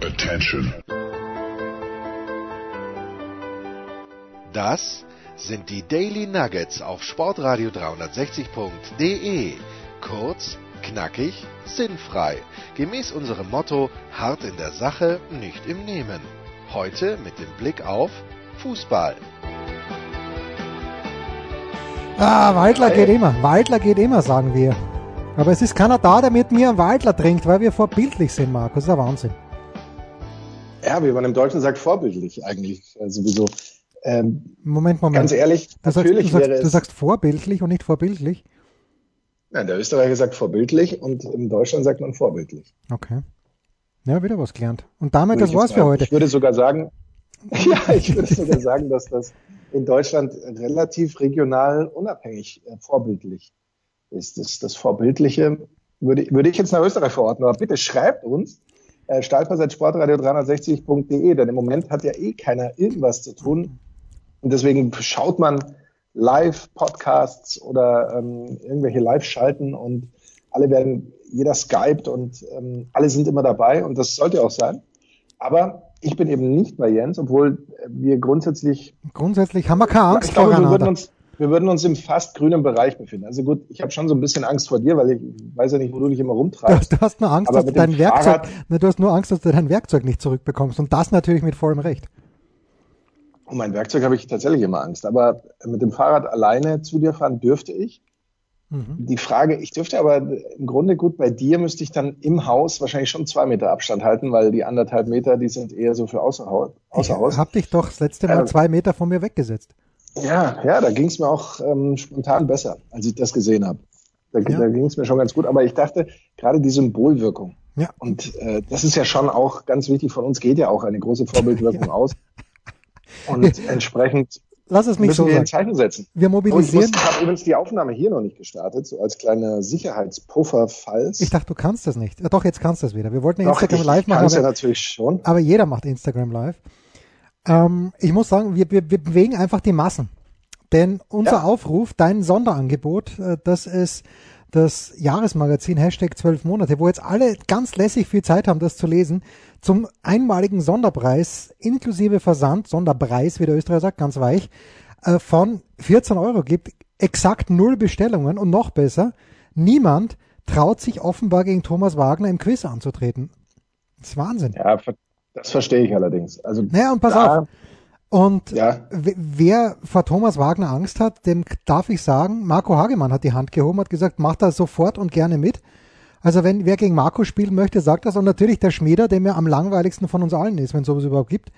Attention. Das sind die Daily Nuggets auf Sportradio 360.de. E. Kurz, knackig, sinnfrei. Gemäß unserem Motto: hart in der Sache, nicht im Nehmen. Heute mit dem Blick auf Fußball. Ah, Weidler geht Äh. immer. Weidler geht immer, sagen wir. Aber es ist keiner da, der mit mir einen Weidler trinkt, weil wir vorbildlich sind, Markus. Das ist der Wahnsinn. Ja, wie man im Deutschen sagt, vorbildlich eigentlich äh, sowieso. Ähm, Moment, Moment. ganz ehrlich, du sagst, natürlich du sagst, wäre du es. sagst vorbildlich und nicht vorbildlich. nein, der Österreicher sagt vorbildlich und in Deutschland sagt man vorbildlich. Okay. Ja, wieder was gelernt. Und damit, Würde das ich jetzt war's für sagen. heute. Ich würde sogar sagen, ja, ich würde sogar sagen, dass das in Deutschland relativ regional unabhängig äh, vorbildlich ist. Das, das Vorbildliche würde, würde ich jetzt nach Österreich verorten. Aber bitte schreibt uns äh, stahlpass.sportradio360.de, denn im Moment hat ja eh keiner irgendwas zu tun. Und deswegen schaut man Live-Podcasts oder ähm, irgendwelche Live-Schalten und alle werden, jeder skypt und ähm, alle sind immer dabei und das sollte auch sein. Aber ich bin eben nicht bei Jens, obwohl wir grundsätzlich, Grundsätzlich haben wir keine Angst ich glaube, wir würden, voreinander. uns, wir würden uns im fast grünen Bereich befinden. Also gut, ich habe schon so ein bisschen Angst vor dir, weil ich weiß ja nicht, wo du dich immer Du, rumtreibst. du hast nur Angst, Aber dass du mit dem dein Werkzeug, Fahrrad- na, du hast nur Angst, dass du dein Werkzeug nicht zurückbekommst. Und das natürlich mit vollem Recht. Um mein Werkzeug habe ich tatsächlich immer Angst. Aber mit dem Fahrrad alleine zu dir fahren dürfte ich. Mhm. Die Frage, ich dürfte aber im Grunde gut bei dir, müsste ich dann im Haus wahrscheinlich schon zwei Meter Abstand halten, weil die anderthalb Meter, die sind eher so für außer Haus. Ich Außer Haus. hab dich doch das letzte Mal Ähm. zwei Meter von mir weggesetzt. Ja, ja, da ging es mir auch ähm, spontan besser, als ich das gesehen habe. Da, Ja. da ging es mir schon ganz gut, aber ich dachte, gerade die Symbolwirkung. Ja. Und äh, das ist ja schon auch ganz wichtig, von uns geht ja auch eine große Vorbildwirkung aus. Und entsprechend Lass es mich müssen so wir ein sagen. Zeichen setzen. Wir Oh, ich mobilisieren. muss- ich habe übrigens die Aufnahme hier noch nicht gestartet, so als kleiner Sicherheitspuffer, falls. Ich dachte, du kannst das nicht. Ja, doch, jetzt kannst du das wieder. Wir wollten ja Doch, Instagram ich live machen, kann's ja aber, natürlich schon. aber jeder macht Instagram live. Ähm, ich muss sagen, wir, wir, wir bewegen einfach die Massen. Denn unser Ja. Aufruf, dein Sonderangebot, äh, das ist das Jahresmagazin Hashtag 12 Monate, wo jetzt alle ganz lässig viel Zeit haben, das zu lesen, zum einmaligen Sonderpreis inklusive Versand, Sonderpreis, wie der Österreicher sagt, ganz weich, äh, von 14 Euro gibt, exakt null Bestellungen und noch besser, niemand traut sich offenbar gegen Thomas Wagner im Quiz anzutreten. Das ist Wahnsinn. Ja, ver- das verstehe ich allerdings. Also, Naja, und pass da, auf. Und Ja. w- wer vor Thomas Wagner Angst hat, dem darf ich sagen, Marco Hagemann hat die Hand gehoben, hat gesagt, macht das sofort und gerne mit. Also wenn wer gegen Marco spielen möchte, sagt das. Und natürlich der Schmieder, der mir am langweiligsten von uns allen ist, wenn es sowas überhaupt gibt,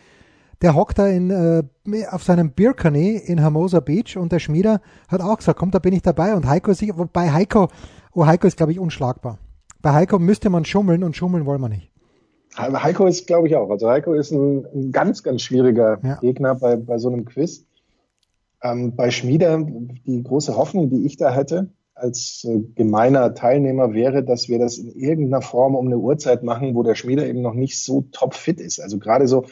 der hockt da in, äh, auf seinem Balcony in Hermosa Beach und der Schmieder hat auch gesagt, komm, da bin ich dabei. Und Heiko ist sicher, wobei Heiko, oh Heiko ist glaube ich unschlagbar. Bei Heiko müsste man schummeln und schummeln wollen wir nicht. Aber Heiko ist, glaube ich, auch. Also Heiko ist ein, ein ganz, ganz schwieriger Ja. Gegner bei, bei so einem Quiz. Ähm, bei Schmieder, die große Hoffnung, die ich da hätte, als äh, gemeiner Teilnehmer wäre, dass wir das in irgendeiner Form um eine Uhrzeit machen, wo der Schmieder eben noch nicht so topfit ist. Also gerade so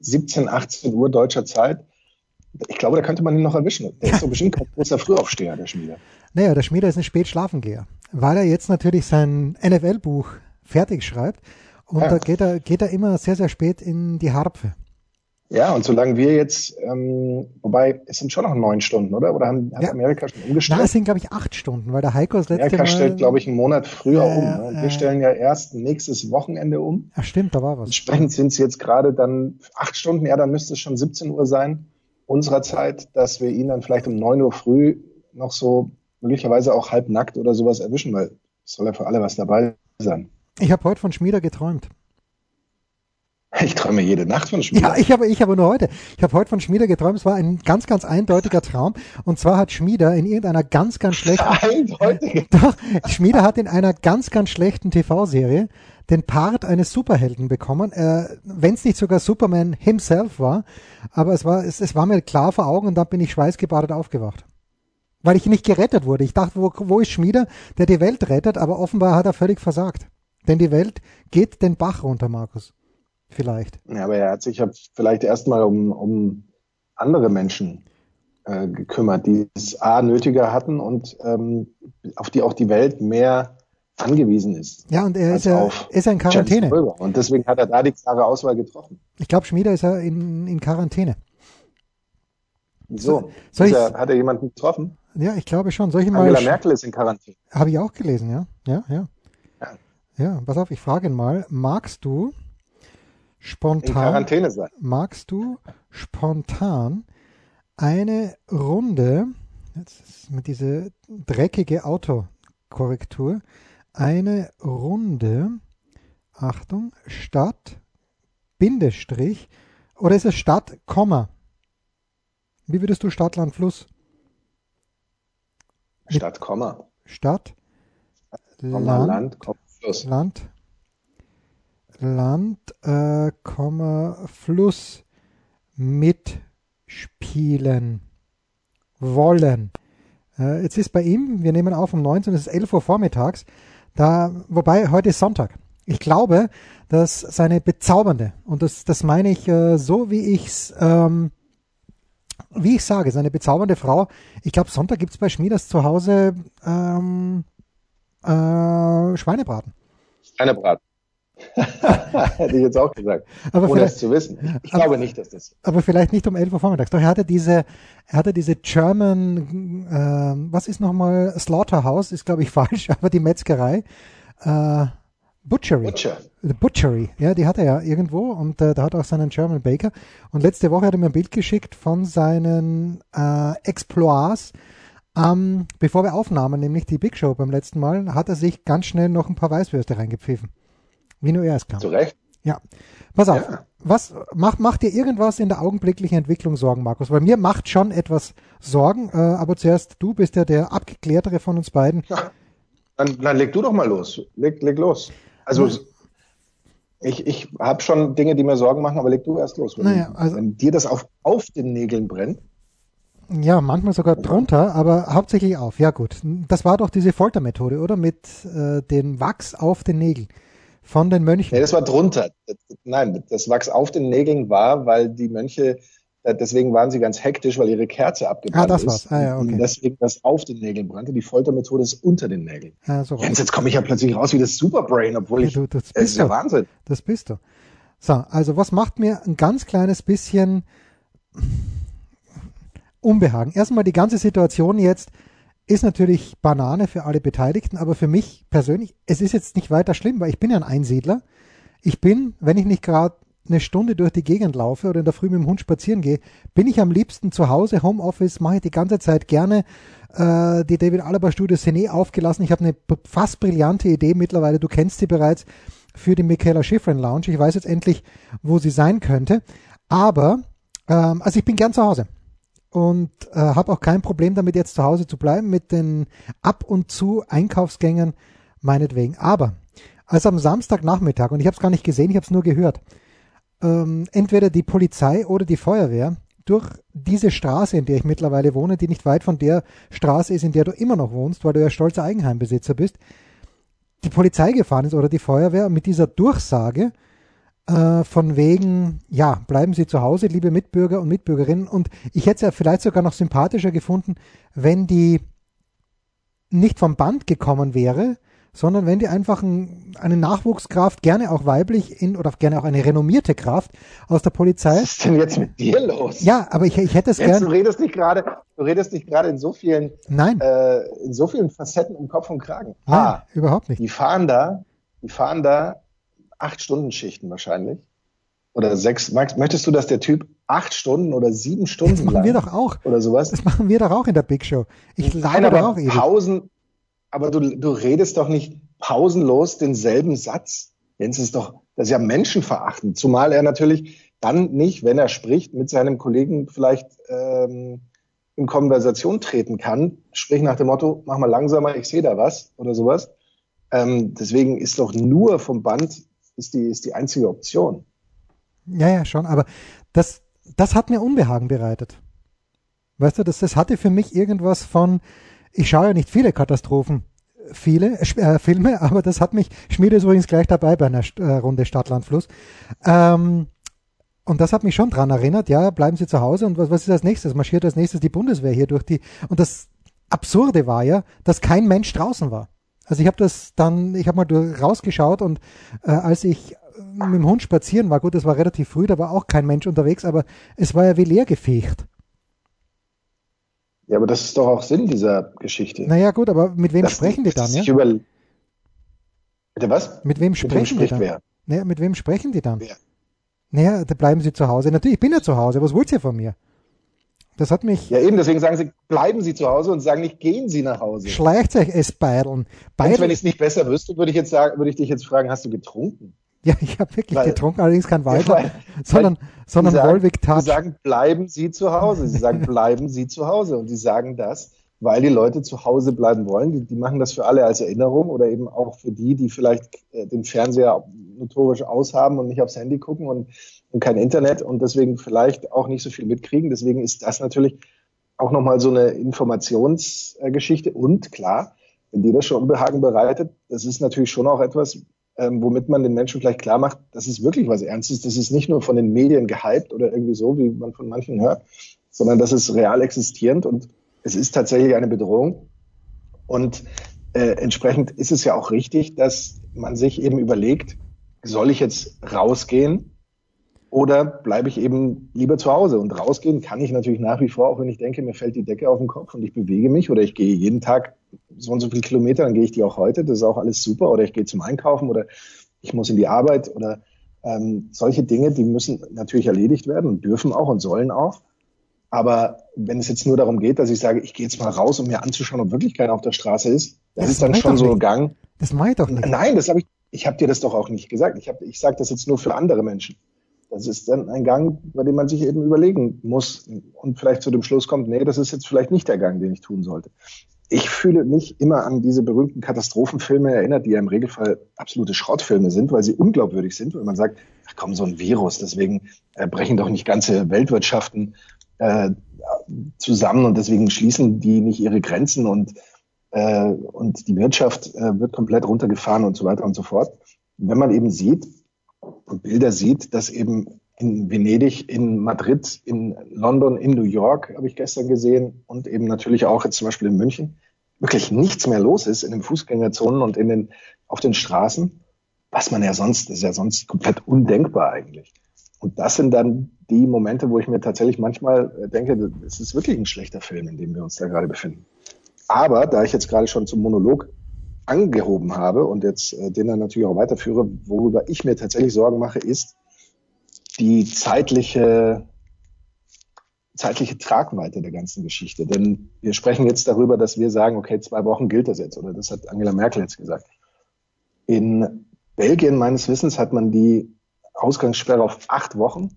17, 18 Uhr deutscher Zeit. Ich glaube, da könnte man ihn noch erwischen. Der ist doch bestimmt kein großer Frühaufsteher, der Schmieder. Naja, der Schmieder ist ein Spätschlafengeher, weil er jetzt natürlich sein NFL-Buch fertig schreibt und Ja. da geht er, geht er immer sehr, sehr spät in die Harpfe. Ja, und solange wir jetzt, ähm, wobei, es sind schon noch neun Stunden, oder? Oder haben, hat Ja. Amerika schon Na, umgestellt? es sind, glaube ich, acht Stunden, weil der Heiko das letzte Amerika Mal... stellt, glaube ich, einen Monat früher Ja, um. ja, Ne? Und ja. wir stellen ja erst nächstes Wochenende um. Ach, stimmt, da war was. Entsprechend sind es jetzt gerade dann acht Stunden, ja, dann müsste es schon 17 Uhr sein unserer Zeit, dass wir ihn dann vielleicht um 9 Uhr früh noch so möglicherweise auch halb nackt oder sowas erwischen, weil es soll ja für alle was dabei sein. Ich habe heute von Schmieder geträumt. Ich träume jede Nacht von Schmied. Ja, ich habe, ich habe nur heute. Ich habe heute von Schmieder geträumt. Es war ein ganz, ganz eindeutiger Traum. Und zwar hat Schmieder in irgendeiner ganz, ganz schlechten Eindeutig. Doch, Schmieder hat in einer ganz, ganz schlechten TV-Serie den Part eines Superhelden bekommen, äh, wenn es nicht sogar Superman himself war, aber es war, es, es war mir klar vor Augen und dann bin ich schweißgebadet aufgewacht. Weil ich nicht gerettet wurde. Ich dachte, wo, wo ist Schmieder, der die Welt rettet, aber offenbar hat er völlig versagt. Denn die Welt geht den Bach runter, Markus. Vielleicht. Ja, aber er hat sich ja vielleicht erstmal um, um andere Menschen äh, gekümmert, die es A nötiger hatten und ähm, auf die auch die Welt mehr angewiesen ist. Ja, und er ist ja, ist ja in Quarantäne. Und deswegen hat er da die klare Auswahl getroffen. Ich glaube, Schmieder ist ja in, in Quarantäne. So, Soll ist ich- er, hat er jemanden getroffen? Ja, ich glaube schon. Solche mal. Angela Merkel ist in Quarantäne. Habe ich auch gelesen, ja. Ja, ja. Ja. Ja, pass auf, ich frage ihn mal. Magst du In spontan, Quarantäne sein. magst du spontan eine Runde, jetzt ist mit diese dreckige Autokorrektur, eine Runde, Achtung, Stadt, Bindestrich, oder ist es Stadt, Komma? Wie würdest du Stadt, Land, Fluss? Stadt, Komma. Stadt, Komma, Land, Land, Komma, Fluss. Land, Land, äh, Komma, Fluss mitspielen wollen. Äh, jetzt ist bei ihm, wir nehmen auf um 19, es ist 11 Uhr vormittags, da, wobei heute ist Sonntag. Ich glaube, dass seine bezaubernde, und das, das meine ich äh, so, wie ich's, ähm, wie ich sage, seine bezaubernde Frau, ich glaube, Sonntag gibt's bei Schmieders zu Hause ähm, äh, Schweinebraten. Keine Braten. Hätte ich jetzt auch gesagt, Aber ohne vielleicht, es zu wissen. Ich aber- glaube nicht, dass das. aber vielleicht nicht um 11 Uhr vormittags. Doch er hatte diese, er hatte diese German, ähm, was ist nochmal, Slaughterhouse, ist glaube ich falsch, aber die Metzgerei. Äh, Butchery. Butcher. The Butchery, ja, die hat er ja irgendwo und äh, da hat er auch seinen German Baker. Und letzte Woche hat er mir ein Bild geschickt von seinen äh, Exploits. Ähm, bevor wir aufnahmen, nämlich die Big Show beim letzten Mal, hat er sich ganz schnell noch ein paar Weißwürste reingepfiffen. Wie nur er es kann. Zu Recht. Pass auf, Ja. was macht, macht dir irgendwas in der augenblicklichen Entwicklung Sorgen, Markus? Weil mir macht schon etwas Sorgen, äh, aber zuerst du bist ja der abgeklärtere von uns beiden. Dann, dann leg du doch mal los. Leg, leg los. Also ich, ich habe schon Dinge, die mir Sorgen machen, aber leg du erst los. Wenn, Naja, also- wenn dir das auf, auf den Nägeln brennt, Ja, manchmal sogar drunter, aber hauptsächlich auf. Ja gut, das war doch diese Foltermethode, oder? Mit äh, dem Wachs auf den Nägeln von den Mönchen. Nee, das war drunter. Das, nein, das Wachs auf den Nägeln war, weil die Mönche, äh, deswegen waren sie ganz hektisch, weil ihre Kerze abgebrannt Ah, das war's. ist. Ah, ja, okay. Und deswegen das auf den Nägeln brannte. Die Foltermethode ist unter den Nägeln. Äh, so Jens, jetzt komme ich ja plötzlich raus wie das Superbrain, obwohl Ja, ich. du, das Es ist bist ja du, Wahnsinn. das bist du. So, also was macht mir ein ganz kleines bisschen Unbehagen? Erstmal die ganze Situation jetzt ist natürlich Banane für alle Beteiligten, aber für mich persönlich, es ist jetzt nicht weiter schlimm, weil ich bin ja ein Einsiedler. Ich bin, wenn ich nicht gerade eine Stunde durch die Gegend laufe oder in der Früh mit dem Hund spazieren gehe, bin ich am liebsten zu Hause, Homeoffice, mache ich die ganze Zeit gerne. Äh, die David Alaba Studio sind eh aufgelassen. Ich habe eine b- fast brillante Idee mittlerweile, du kennst sie bereits, für die Michaela Schifrin Lounge. Ich weiß jetzt endlich, wo sie sein könnte. Aber, ähm, also ich bin gern zu Hause und äh, habe auch kein Problem damit, jetzt zu Hause zu bleiben mit den Ab- und zu Einkaufsgängen meinetwegen. Aber als am Samstagnachmittag, und ich habe es gar nicht gesehen, ich habe es nur gehört, ähm, entweder die Polizei oder die Feuerwehr durch diese Straße, in der ich mittlerweile wohne, die nicht weit von der Straße ist, in der du immer noch wohnst, weil du ja stolzer Eigenheimbesitzer bist, die Polizei gefahren ist oder die Feuerwehr mit dieser Durchsage äh, von wegen, ja, bleiben Sie zu Hause, liebe Mitbürger und Mitbürgerinnen. Und ich hätte es ja vielleicht sogar noch sympathischer gefunden, wenn die nicht vom Band gekommen wäre, sondern wenn die einfach ein, eine Nachwuchskraft, gerne auch weiblich in oder gerne auch eine renommierte Kraft aus der Polizei. Was ist denn jetzt mit dir los? Ja, aber ich, ich hätte es Jens, du gern. redest dich gerade, du redest dich gerade in so vielen, Nein, äh, ah. in so vielen Facetten um Kopf und Kragen. nein, überhaupt nicht. Die fahren da, die fahren da acht Stunden Schichten wahrscheinlich. Oder sechs. Max, möchtest du, dass der Typ acht Stunden oder sieben Stunden Das machen lang wir doch auch. oder sowas? Das machen wir doch auch in der Big Show. Ich Nein, laber doch aber auch ewig. Pausen, aber du, du redest doch nicht pausenlos denselben Satz. Jens ist doch, das ist ja menschenverachtend. Zumal er natürlich dann nicht, wenn er spricht, mit seinem Kollegen vielleicht ähm, in Konversation treten kann. Sprich nach dem Motto, mach mal langsamer, ich sehe da was oder sowas. Ähm, deswegen ist doch nur vom Band ist die, ist die einzige Option. Ja, ja, schon, aber das, das hat mir Unbehagen bereitet. Weißt du, das, das hatte für mich irgendwas von, ich schaue ja nicht viele Katastrophen, viele äh, Filme, aber das hat mich, Schmiede ist übrigens gleich dabei bei einer St- äh, Runde Stadtlandfluss. Ähm, und das hat mich schon dran erinnert, ja, bleiben Sie zu Hause und was, was ist als nächstes? Marschiert als nächstes die Bundeswehr hier durch die, und das Absurde war ja, dass kein Mensch draußen war. Also ich habe das dann, ich habe mal rausgeschaut und äh, als ich mit dem Hund spazieren war, gut, das war relativ früh, da war auch kein Mensch unterwegs, aber es war ja wie leer gefegt. Ja, aber das ist doch auch Sinn dieser Geschichte. Naja, gut, aber mit wem sprechen die, die dann? Ja? Über... Bitte was? Mit wem sprechen mit wem die dann? Naja, mit wem sprechen die dann? Wer? Naja, da bleiben sie zu Hause. Natürlich, ich bin ja zu Hause. Was wollt ihr von mir? Das hat mich. Ja, eben, deswegen sagen sie, bleiben Sie zu Hause und sagen nicht, gehen Sie nach Hause. Schleicht euch es beideln. Beideln. Wenn ich es nicht besser wüsste, würde ich jetzt sagen, würde ich dich jetzt fragen, hast du getrunken? Ja, ich habe wirklich weil, getrunken, allerdings kein Weiter, weil, sondern, sondern sagen, Volvic Touch. Sie sagen, bleiben Sie zu Hause. Sie sagen, bleiben Sie zu Hause. Und sie sagen das, weil die Leute zu Hause bleiben wollen. Die, die machen das für alle als Erinnerung oder eben auch für die, die vielleicht äh, den Fernseher notorisch aushaben und nicht aufs Handy gucken und, und kein Internet und deswegen vielleicht auch nicht so viel mitkriegen. Deswegen ist das natürlich auch nochmal so eine Informationsgeschichte. Und klar, wenn dir das schon Unbehagen bereitet, das ist natürlich schon auch etwas, ähm, womit man den Menschen vielleicht klar macht, das ist wirklich was Ernstes. Das ist nicht nur von den Medien gehypt oder irgendwie so, wie man von manchen hört, sondern das ist real existierend und es ist tatsächlich eine Bedrohung. Und äh, entsprechend ist es ja auch richtig, dass man sich eben überlegt, soll ich jetzt rausgehen oder bleibe ich eben lieber zu Hause? Und rausgehen kann ich natürlich nach wie vor, auch wenn ich denke, mir fällt die Decke auf den Kopf und ich bewege mich oder ich gehe jeden Tag so und so viele Kilometer, dann gehe ich die auch heute, das ist auch alles super. Oder ich gehe zum Einkaufen oder ich muss in die Arbeit oder ähm, solche Dinge, die müssen natürlich erledigt werden und dürfen auch und sollen auch. Aber wenn es jetzt nur darum geht, dass ich sage, ich gehe jetzt mal raus, um mir anzuschauen, ob wirklich keiner auf der Straße ist, das, das ist dann schon so ein Gang. Das mache ich doch nicht. Nein, das habe ich, ich habe dir das doch auch nicht gesagt. Ich, hab, ich sage das jetzt nur für andere Menschen. Das ist dann ein Gang, bei dem man sich eben überlegen muss und vielleicht zu dem Schluss kommt, nee, das ist jetzt vielleicht nicht der Gang, den ich tun sollte ich fühle mich immer an diese berühmten Katastrophenfilme erinnert, die ja im Regelfall absolute Schrottfilme sind, weil sie unglaubwürdig sind, wenn man sagt, ach komm, so ein Virus, deswegen äh, brechen doch nicht ganze Weltwirtschaften äh, zusammen und deswegen schließen die nicht ihre Grenzen und, äh, und die Wirtschaft äh, wird komplett runtergefahren und so weiter und so fort. Und wenn man eben sieht und Bilder sieht, dass eben in Venedig, in Madrid, in London, in New York, habe ich gestern gesehen, und eben natürlich auch jetzt zum Beispiel in München, wirklich nichts mehr los ist in den Fußgängerzonen und in den, auf den Straßen, was man ja sonst, ist ja sonst komplett undenkbar eigentlich. Und das sind dann die Momente, wo ich mir tatsächlich manchmal äh, denke, es ist wirklich ein schlechter Film, in dem wir uns da gerade befinden. Aber da ich jetzt gerade schon zum Monolog angehoben habe und jetzt äh, den dann natürlich auch weiterführe, worüber ich mir tatsächlich Sorgen mache, ist, die zeitliche, zeitliche Tragweite der ganzen Geschichte. Denn wir sprechen jetzt darüber, dass wir sagen, okay, zwei Wochen gilt das jetzt, oder das hat Angela Merkel jetzt gesagt. In Belgien, meines Wissens, hat man die Ausgangssperre auf acht Wochen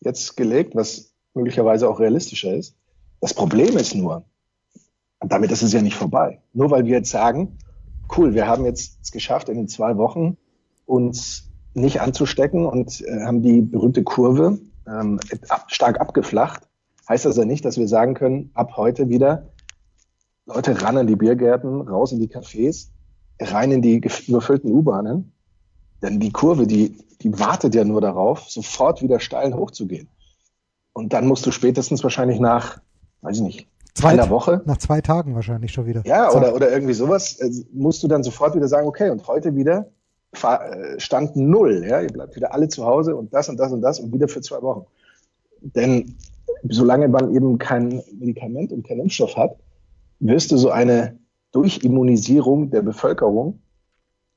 jetzt gelegt, was möglicherweise auch realistischer ist. Das Problem ist nur, und damit ist es ja nicht vorbei. Nur weil wir jetzt sagen, cool, wir haben jetzt es geschafft, in den zwei Wochen uns nicht anzustecken und äh, haben die berühmte Kurve ähm, ab, stark abgeflacht, heißt das ja nicht, dass wir sagen können, ab heute wieder Leute ran in die Biergärten, raus in die Cafés, rein in die überfüllten U-Bahnen. Denn die Kurve, die, die wartet ja nur darauf, sofort wieder steil hochzugehen. Und dann musst du spätestens wahrscheinlich nach, weiß ich nicht, zwei, einer Woche. Nach zwei Tagen wahrscheinlich schon wieder. Ja, oder, oder irgendwie sowas, äh, musst du dann sofort wieder sagen, okay, und heute wieder äh, Stand null. Ja? Ihr bleibt wieder alle zu Hause und das und das und das und wieder für zwei Wochen. Denn solange man eben kein Medikament und keinen Impfstoff hat, wirst du so eine Durchimmunisierung der Bevölkerung,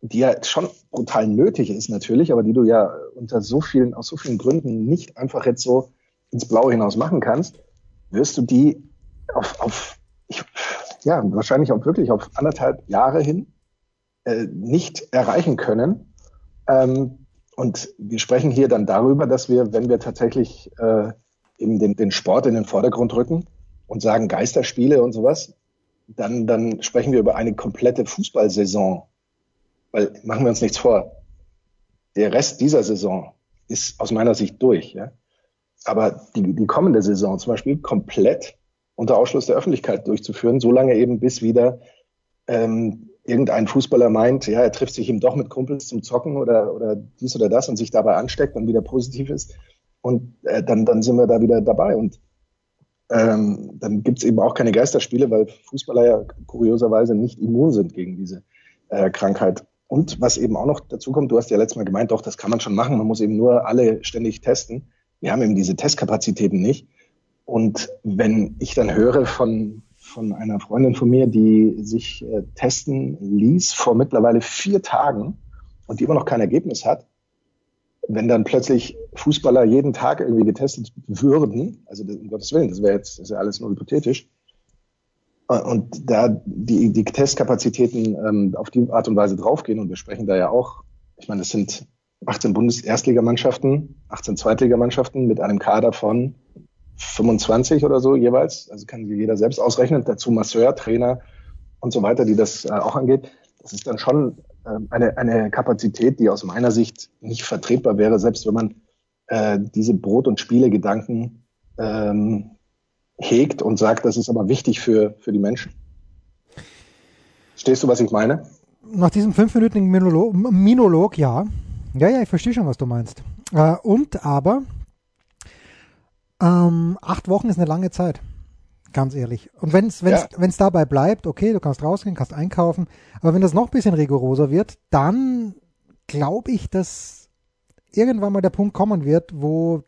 die ja schon brutal nötig ist natürlich, aber die du ja unter so vielen, aus so vielen Gründen nicht einfach jetzt so ins Blaue hinaus machen kannst, wirst du die auf, auf ich, ja, wahrscheinlich auch wirklich auf anderthalb Jahre hin äh, nicht erreichen können. Ähm, und wir sprechen hier dann darüber, dass wir, wenn wir tatsächlich äh, eben den, den Sport in den Vordergrund rücken und sagen Geisterspiele und sowas, dann, dann sprechen wir über eine komplette Fußballsaison. Weil machen wir uns nichts vor. Der Rest dieser Saison ist aus meiner Sicht durch. Ja? Aber die, die kommende Saison zum Beispiel komplett unter Ausschluss der Öffentlichkeit durchzuführen, solange eben bis wieder ähm, irgendein Fußballer meint, ja, er trifft sich eben doch mit Kumpels zum Zocken oder, oder dies oder das und sich dabei ansteckt und wieder positiv ist. Und äh, dann, dann sind wir da wieder dabei. Und ähm, dann gibt's eben auch keine Geisterspiele, weil Fußballer ja kurioserweise nicht immun sind gegen diese äh, Krankheit. Und was eben auch noch dazu kommt, du hast ja letztes Mal gemeint, doch, das kann man schon machen. Man muss eben nur alle ständig testen. Wir haben eben diese Testkapazitäten nicht. Und wenn ich dann höre von, von einer Freundin von mir, die sich äh, testen ließ vor mittlerweile vier Tagen und die immer noch kein Ergebnis hat, wenn dann plötzlich Fußballer jeden Tag irgendwie getestet würden, also das, um Gottes Willen, das wäre jetzt das ist ja alles nur hypothetisch, äh, und da die, die Testkapazitäten ähm, auf die Art und Weise draufgehen, und wir sprechen da ja auch, ich meine, das sind 18 Bundes-Erstligamannschaften, 18 Zweitligamannschaften mit einem Kader von 25 oder so jeweils, also kann jeder selbst ausrechnen, dazu Masseur, Trainer und so weiter, die das äh, auch angeht. Das ist dann schon äh, eine, eine Kapazität, die aus meiner Sicht nicht vertretbar wäre, selbst wenn man äh, diese Brot- und Spiele-Gedanken ähm, hegt und sagt, das ist aber wichtig für, für die Menschen. Stehst du, was ich meine? Nach diesem fünfminütigen Minolog, Minolog, ja. Ja, ja, ich verstehe schon, was du meinst. Äh, und aber, ähm, acht Wochen ist eine lange Zeit. Ganz ehrlich. Und wenn es wenn's, Ja. wenn's dabei bleibt, okay, du kannst rausgehen, kannst einkaufen. Aber wenn das noch ein bisschen rigoroser wird, dann glaube ich, dass irgendwann mal der Punkt kommen wird, wo,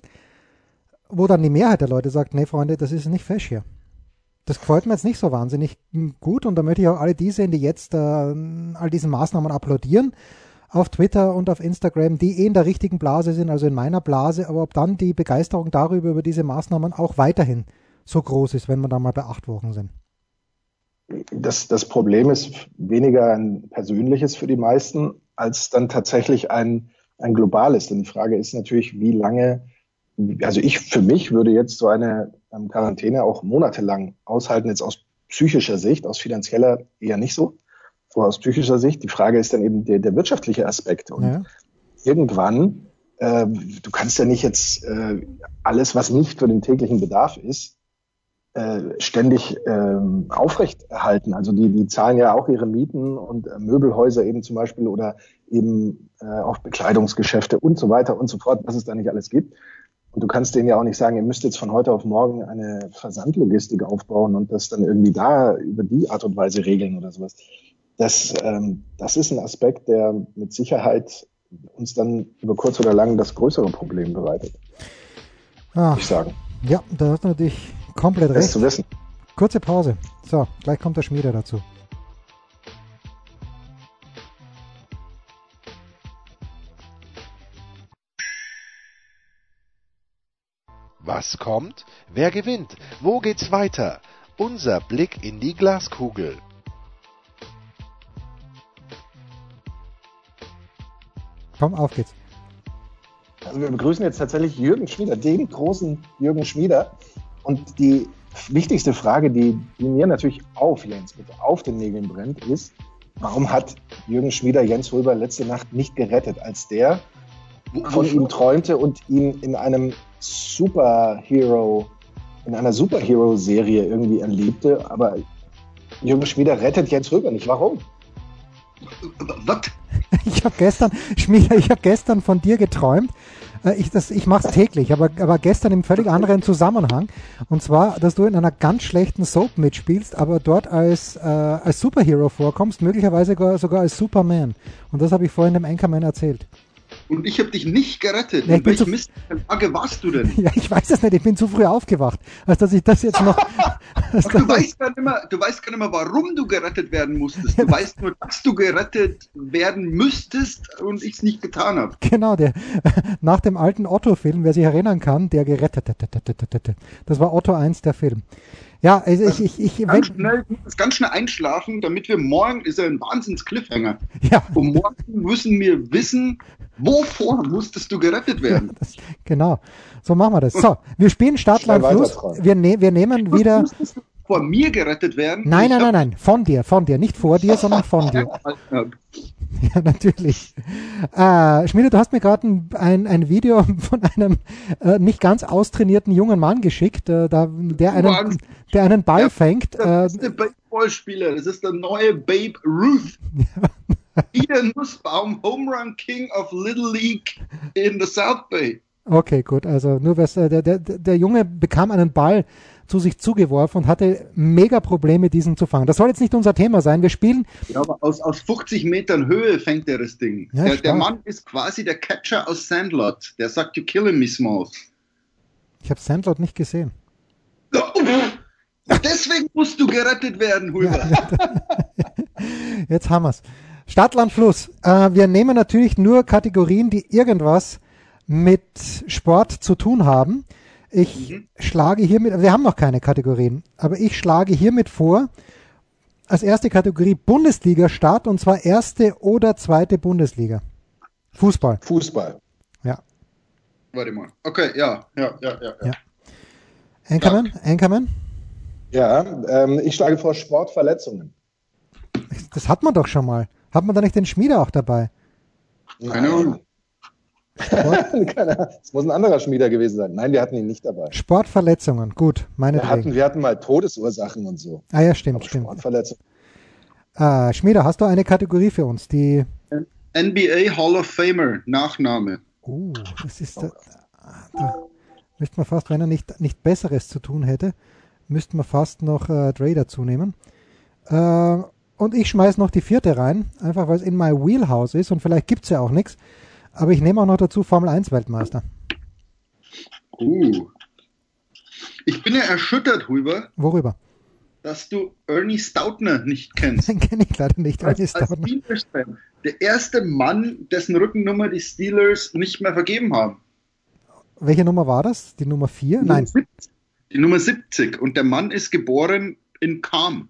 wo dann die Mehrheit der Leute sagt, nee, Freunde, das ist nicht fesch hier. Das gefällt mir jetzt nicht so wahnsinnig gut und da möchte ich auch alle die sehen, die jetzt äh, all diesen Maßnahmen applaudieren auf Twitter und auf Instagram, die eh in der richtigen Blase sind, also in meiner Blase, aber ob dann die Begeisterung darüber, über diese Maßnahmen auch weiterhin so groß ist, wenn wir da mal bei acht Wochen sind. Das, das Problem ist weniger ein persönliches für die meisten, als dann tatsächlich ein, ein globales. Denn die Frage ist natürlich, wie lange, also ich für mich würde jetzt so eine ähm, Quarantäne auch monatelang aushalten, jetzt aus psychischer Sicht, aus finanzieller eher nicht so, aber aus psychischer Sicht. Die Frage ist dann eben der, der wirtschaftliche Aspekt. Und Ja. irgendwann, äh, du kannst ja nicht jetzt äh, alles, was nicht für den täglichen Bedarf ist, äh, ständig ähm, aufrechterhalten. Also die, die zahlen ja auch ihre Mieten und äh, Möbelhäuser eben zum Beispiel oder eben äh, auch Bekleidungsgeschäfte und so weiter und so fort, was es da nicht alles gibt. Und du kannst denen ja auch nicht sagen, ihr müsst jetzt von heute auf morgen eine Versandlogistik aufbauen und das dann irgendwie da über die Art und Weise regeln oder sowas. Das, ähm, das ist ein Aspekt, der mit Sicherheit uns dann über kurz oder lang das größere Problem bereitet, Ah, würde ich sagen. ja, da hast du natürlich komplett Das recht. zu wissen. Kurze Pause. So, gleich kommt der Schmiede dazu. Was kommt? Wer gewinnt? Wo geht's weiter? Unser Blick in die Glaskugel. Komm, auf geht's. Also wir begrüßen jetzt tatsächlich Jürgen Schmieder, den großen Jürgen Schmieder. Und die wichtigste Frage, die, die mir natürlich auf Jens bitte auf den Nägeln brennt, ist, warum hat Jürgen Schmieder Jens Röber letzte Nacht nicht gerettet, als der von ihm träumte und ihn in einem Superhero, in einer Superhero-Serie irgendwie erlebte, aber Jürgen Schmieder rettet Jens Röber nicht. Warum? Was? Ich habe gestern, Schmieder, ich habe gestern von dir geträumt. Äh, Ich, das- ich mache es täglich, aber, aber gestern im völlig anderen Zusammenhang. Und zwar, dass du in einer ganz schlechten Soap mitspielst, aber dort als, äh, als Superhero vorkommst, möglicherweise sogar, sogar als Superman. Und das habe ich vorhin dem Anchorman erzählt. Und ich habe dich nicht gerettet. Ja, ich In bin welchem zu- Mist Lage warst du denn? Ja, ich weiß es nicht, ich bin zu früh aufgewacht, als dass ich das jetzt noch... als Du dass- weißt, gar nicht mehr, du weißt gar nicht mehr, warum du gerettet werden musstest. Du weißt nur, dass du gerettet werden müsstest und ich es nicht getan habe. Genau, der, nach dem alten Otto-Film, wer sich erinnern kann, der gerettet. Das war Otto 1, der Film. Ja, also ich, ich, ich, wenn, Ganz schnell, ganz schnell einschlafen, damit wir morgen, ist ja ein Wahnsinns-Cliffhanger. ja, Und morgen müssen wir wissen, wovor musstest du gerettet werden. das, genau. So machen wir das. So, wir spielen Stadtland Schnell Fluss. weitertragen. Wir, ne, wir nehmen wieder. Musstest du vor mir gerettet werden? Nein, Ich nein, hab nein, nein. Von dir, von dir. Nicht vor dir, sondern von dir. gehalten hab. Ja, natürlich. Äh, Schmiede, du hast mir gerade ein, ein, ein Video von einem äh, nicht ganz austrainierten jungen Mann geschickt, äh, da, der, einen, Mann. der einen Ball Ja, fängt. Äh, Das ist der Baseballspieler, das ist der neue Babe Ruth. Ian Nussbaum, Home Run King of Little League in the South Bay. Okay, gut. Also nur was, äh, der, der, der Junge bekam einen Ball zu sich zugeworfen und hatte mega Probleme, diesen zu fangen. Das soll jetzt nicht unser Thema sein. Wir spielen. Ja, aber aus, aus 50 Metern Höhe fängt er das Ding. Ja, der, der stark. Mann ist quasi der Catcher aus Sandlot. Der sagt, you killing me, Smalls. Ich habe Sandlot nicht gesehen. Deswegen musst du gerettet werden, Hulber. Jetzt haben wir's. Stadt, Land, Fluss. Äh, wir nehmen natürlich nur Kategorien, die irgendwas mit Sport zu tun haben. Ich Mhm. schlage hiermit, wir haben noch keine Kategorien, aber ich schlage hiermit vor, als erste Kategorie Bundesliga Start und zwar erste oder zweite Bundesliga. Fußball. Fußball. Ja. Warte mal. Okay, ja, ja, ja, ja. ja. Anchorman? Anchorman? Ja, ähm, ich schlage vor Sportverletzungen. Das hat man doch schon mal. Hat man da nicht den Schmieder auch dabei? Keine Ahnung. Keine Ahnung. Es muss ein anderer Schmieder gewesen sein. Nein, wir hatten ihn nicht dabei. Sportverletzungen. Gut, Wir hatten, meinetwegen. wir hatten mal Todesursachen und so. Ah ja, stimmt, Aber stimmt. Sportverletzungen. Ah, Schmieder, hast du eine Kategorie für uns? Die. NBA Hall of Famer, Nachname. Uh, das Oh. ist. Da, da müsste man fast, wenn er nicht, nicht Besseres zu tun hätte, müsste man fast noch äh, Dre dazu nehmen. Äh, und ich schmeiß noch die vierte rein, einfach weil es in my wheelhouse ist und vielleicht gibt's ja auch nichts. Aber ich nehme auch noch dazu Formel 1 Weltmeister. Uh. Ich bin ja erschüttert, Hulber, Worüber? dass du Ernie Stoutner nicht kennst. Den kenne ich leider nicht. Als, Ernie als Stoutner. Steelers-Fan. Der erste Mann, dessen Rückennummer die Steelers nicht mehr vergeben haben. Welche Nummer war das? Die Nummer 4? Nein. Die Nummer 70. Und der Mann ist geboren in Kam.